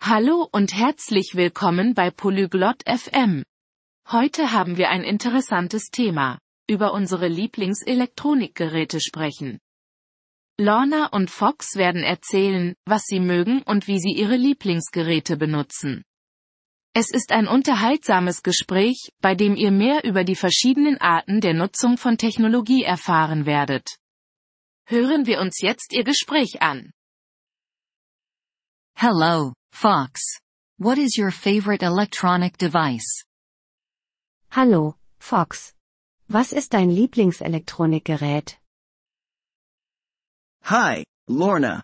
Hallo und herzlich willkommen bei Polyglot FM. Heute haben wir ein interessantes Thema. Über unsere Lieblingselektronikgeräte sprechen. Lorna und Fox werden erzählen, was sie mögen und wie sie ihre Lieblingsgeräte benutzen. Es ist ein unterhaltsames Gespräch, bei dem ihr mehr über die verschiedenen Arten der Nutzung von Technologie erfahren werdet. Hören wir uns jetzt ihr Gespräch an. Hello, Fox. What is your favorite electronic device? Hallo, Fox. Was ist dein Lieblingselektronikgerät? Hi, Lorna.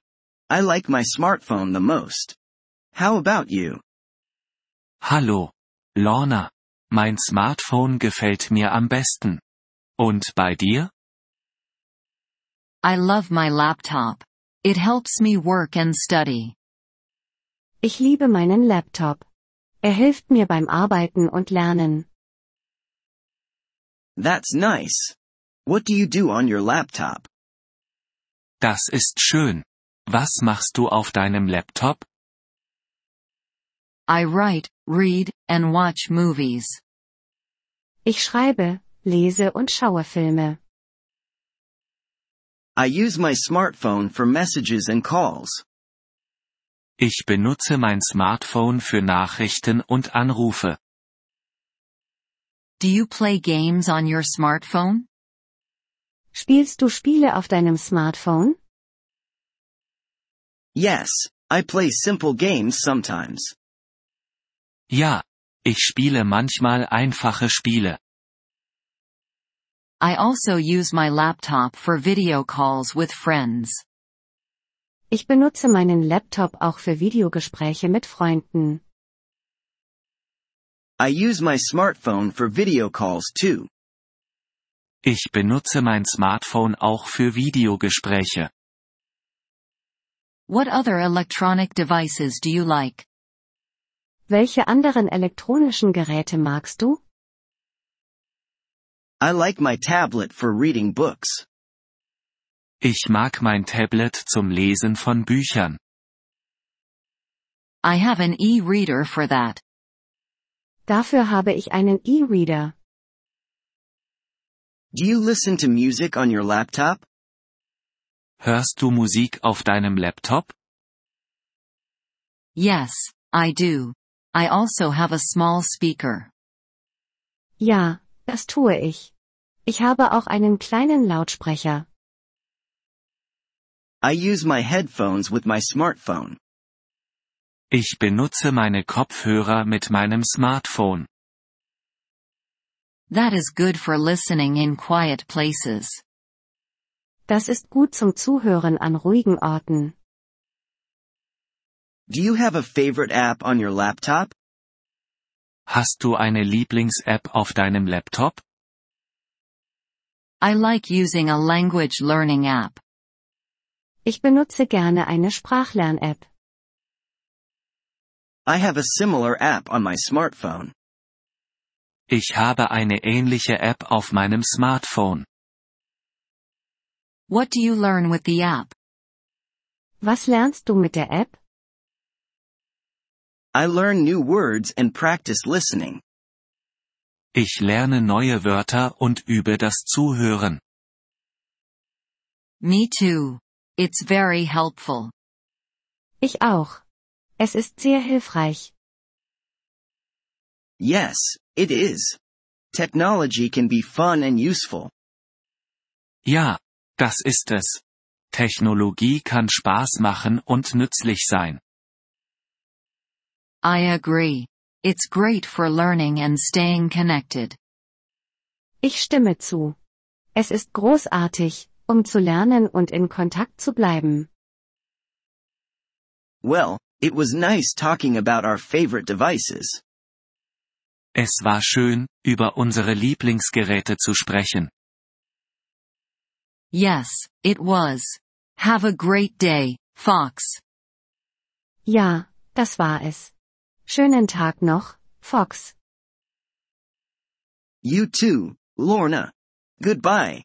I like my smartphone the most. How about you? Hallo, Lorna. Mein Smartphone gefällt mir am besten. Und bei dir? I love my laptop. It helps me work and study. Ich liebe meinen Laptop. Er hilft mir beim Arbeiten und Lernen. That's nice. What do you do on your laptop? Das ist schön. Was machst du auf deinem Laptop? I write, read, and watch movies. Ich schreibe, lese und schaue Filme. I use my smartphone for messages and calls. Ich benutze mein Smartphone für Nachrichten und Anrufe. Do you play games on your smartphone? Spielst du Spiele auf deinem Smartphone? Yes, I play simple games sometimes. Ja, ich spiele manchmal einfache Spiele. I also use my laptop for video calls with friends. Ich benutze meinen Laptop auch für Videogespräche mit Freunden. I use my smartphone for video calls too. Ich benutze mein Smartphone auch für Videogespräche. What other electronic devices do you like? Welche anderen elektronischen Geräte magst du? I like my tablet for reading books. Ich mag mein Tablet zum Lesen von Büchern. I have an e-reader for that. Dafür habe ich einen E-Reader. Do you listen to music on your laptop? Hörst du Musik auf deinem Laptop? Yes, I do. I also have a small speaker. Ja, das tue ich. Ich habe auch einen kleinen Lautsprecher. I use my headphones with my smartphone. Ich benutze meine Kopfhörer mit meinem Smartphone. That is good for listening in quiet places. Das ist gut zum Zuhören an ruhigen Orten. Do you have a favorite app on your laptop? Hast du eine Lieblings-App auf deinem Laptop? I like using a language learning app. Ich benutze gerne eine Sprachlern-App. I have a similar app on my smartphone. Ich habe eine ähnliche App auf meinem Smartphone. What do you learn with the app? Was lernst du mit der App? I learn new words and practice listening. Ich lerne neue Wörter und übe das Zuhören. Me too. It's very helpful. Ich auch. Es ist sehr hilfreich. Yes, it is. Technology can be fun and useful. Ja, das ist es. Technologie kann Spaß machen und nützlich sein. I agree. It's great for learning and staying connected. Ich stimme zu. Es ist großartig, um zu lernen und in Kontakt zu bleiben. Well, it was nice talking about our favorite devices. Es war schön, über unsere Lieblingsgeräte zu sprechen. Yes, it was. Have a great day, Fox. Ja, das war es. Schönen Tag noch, Fox. You too, Lorna. Goodbye.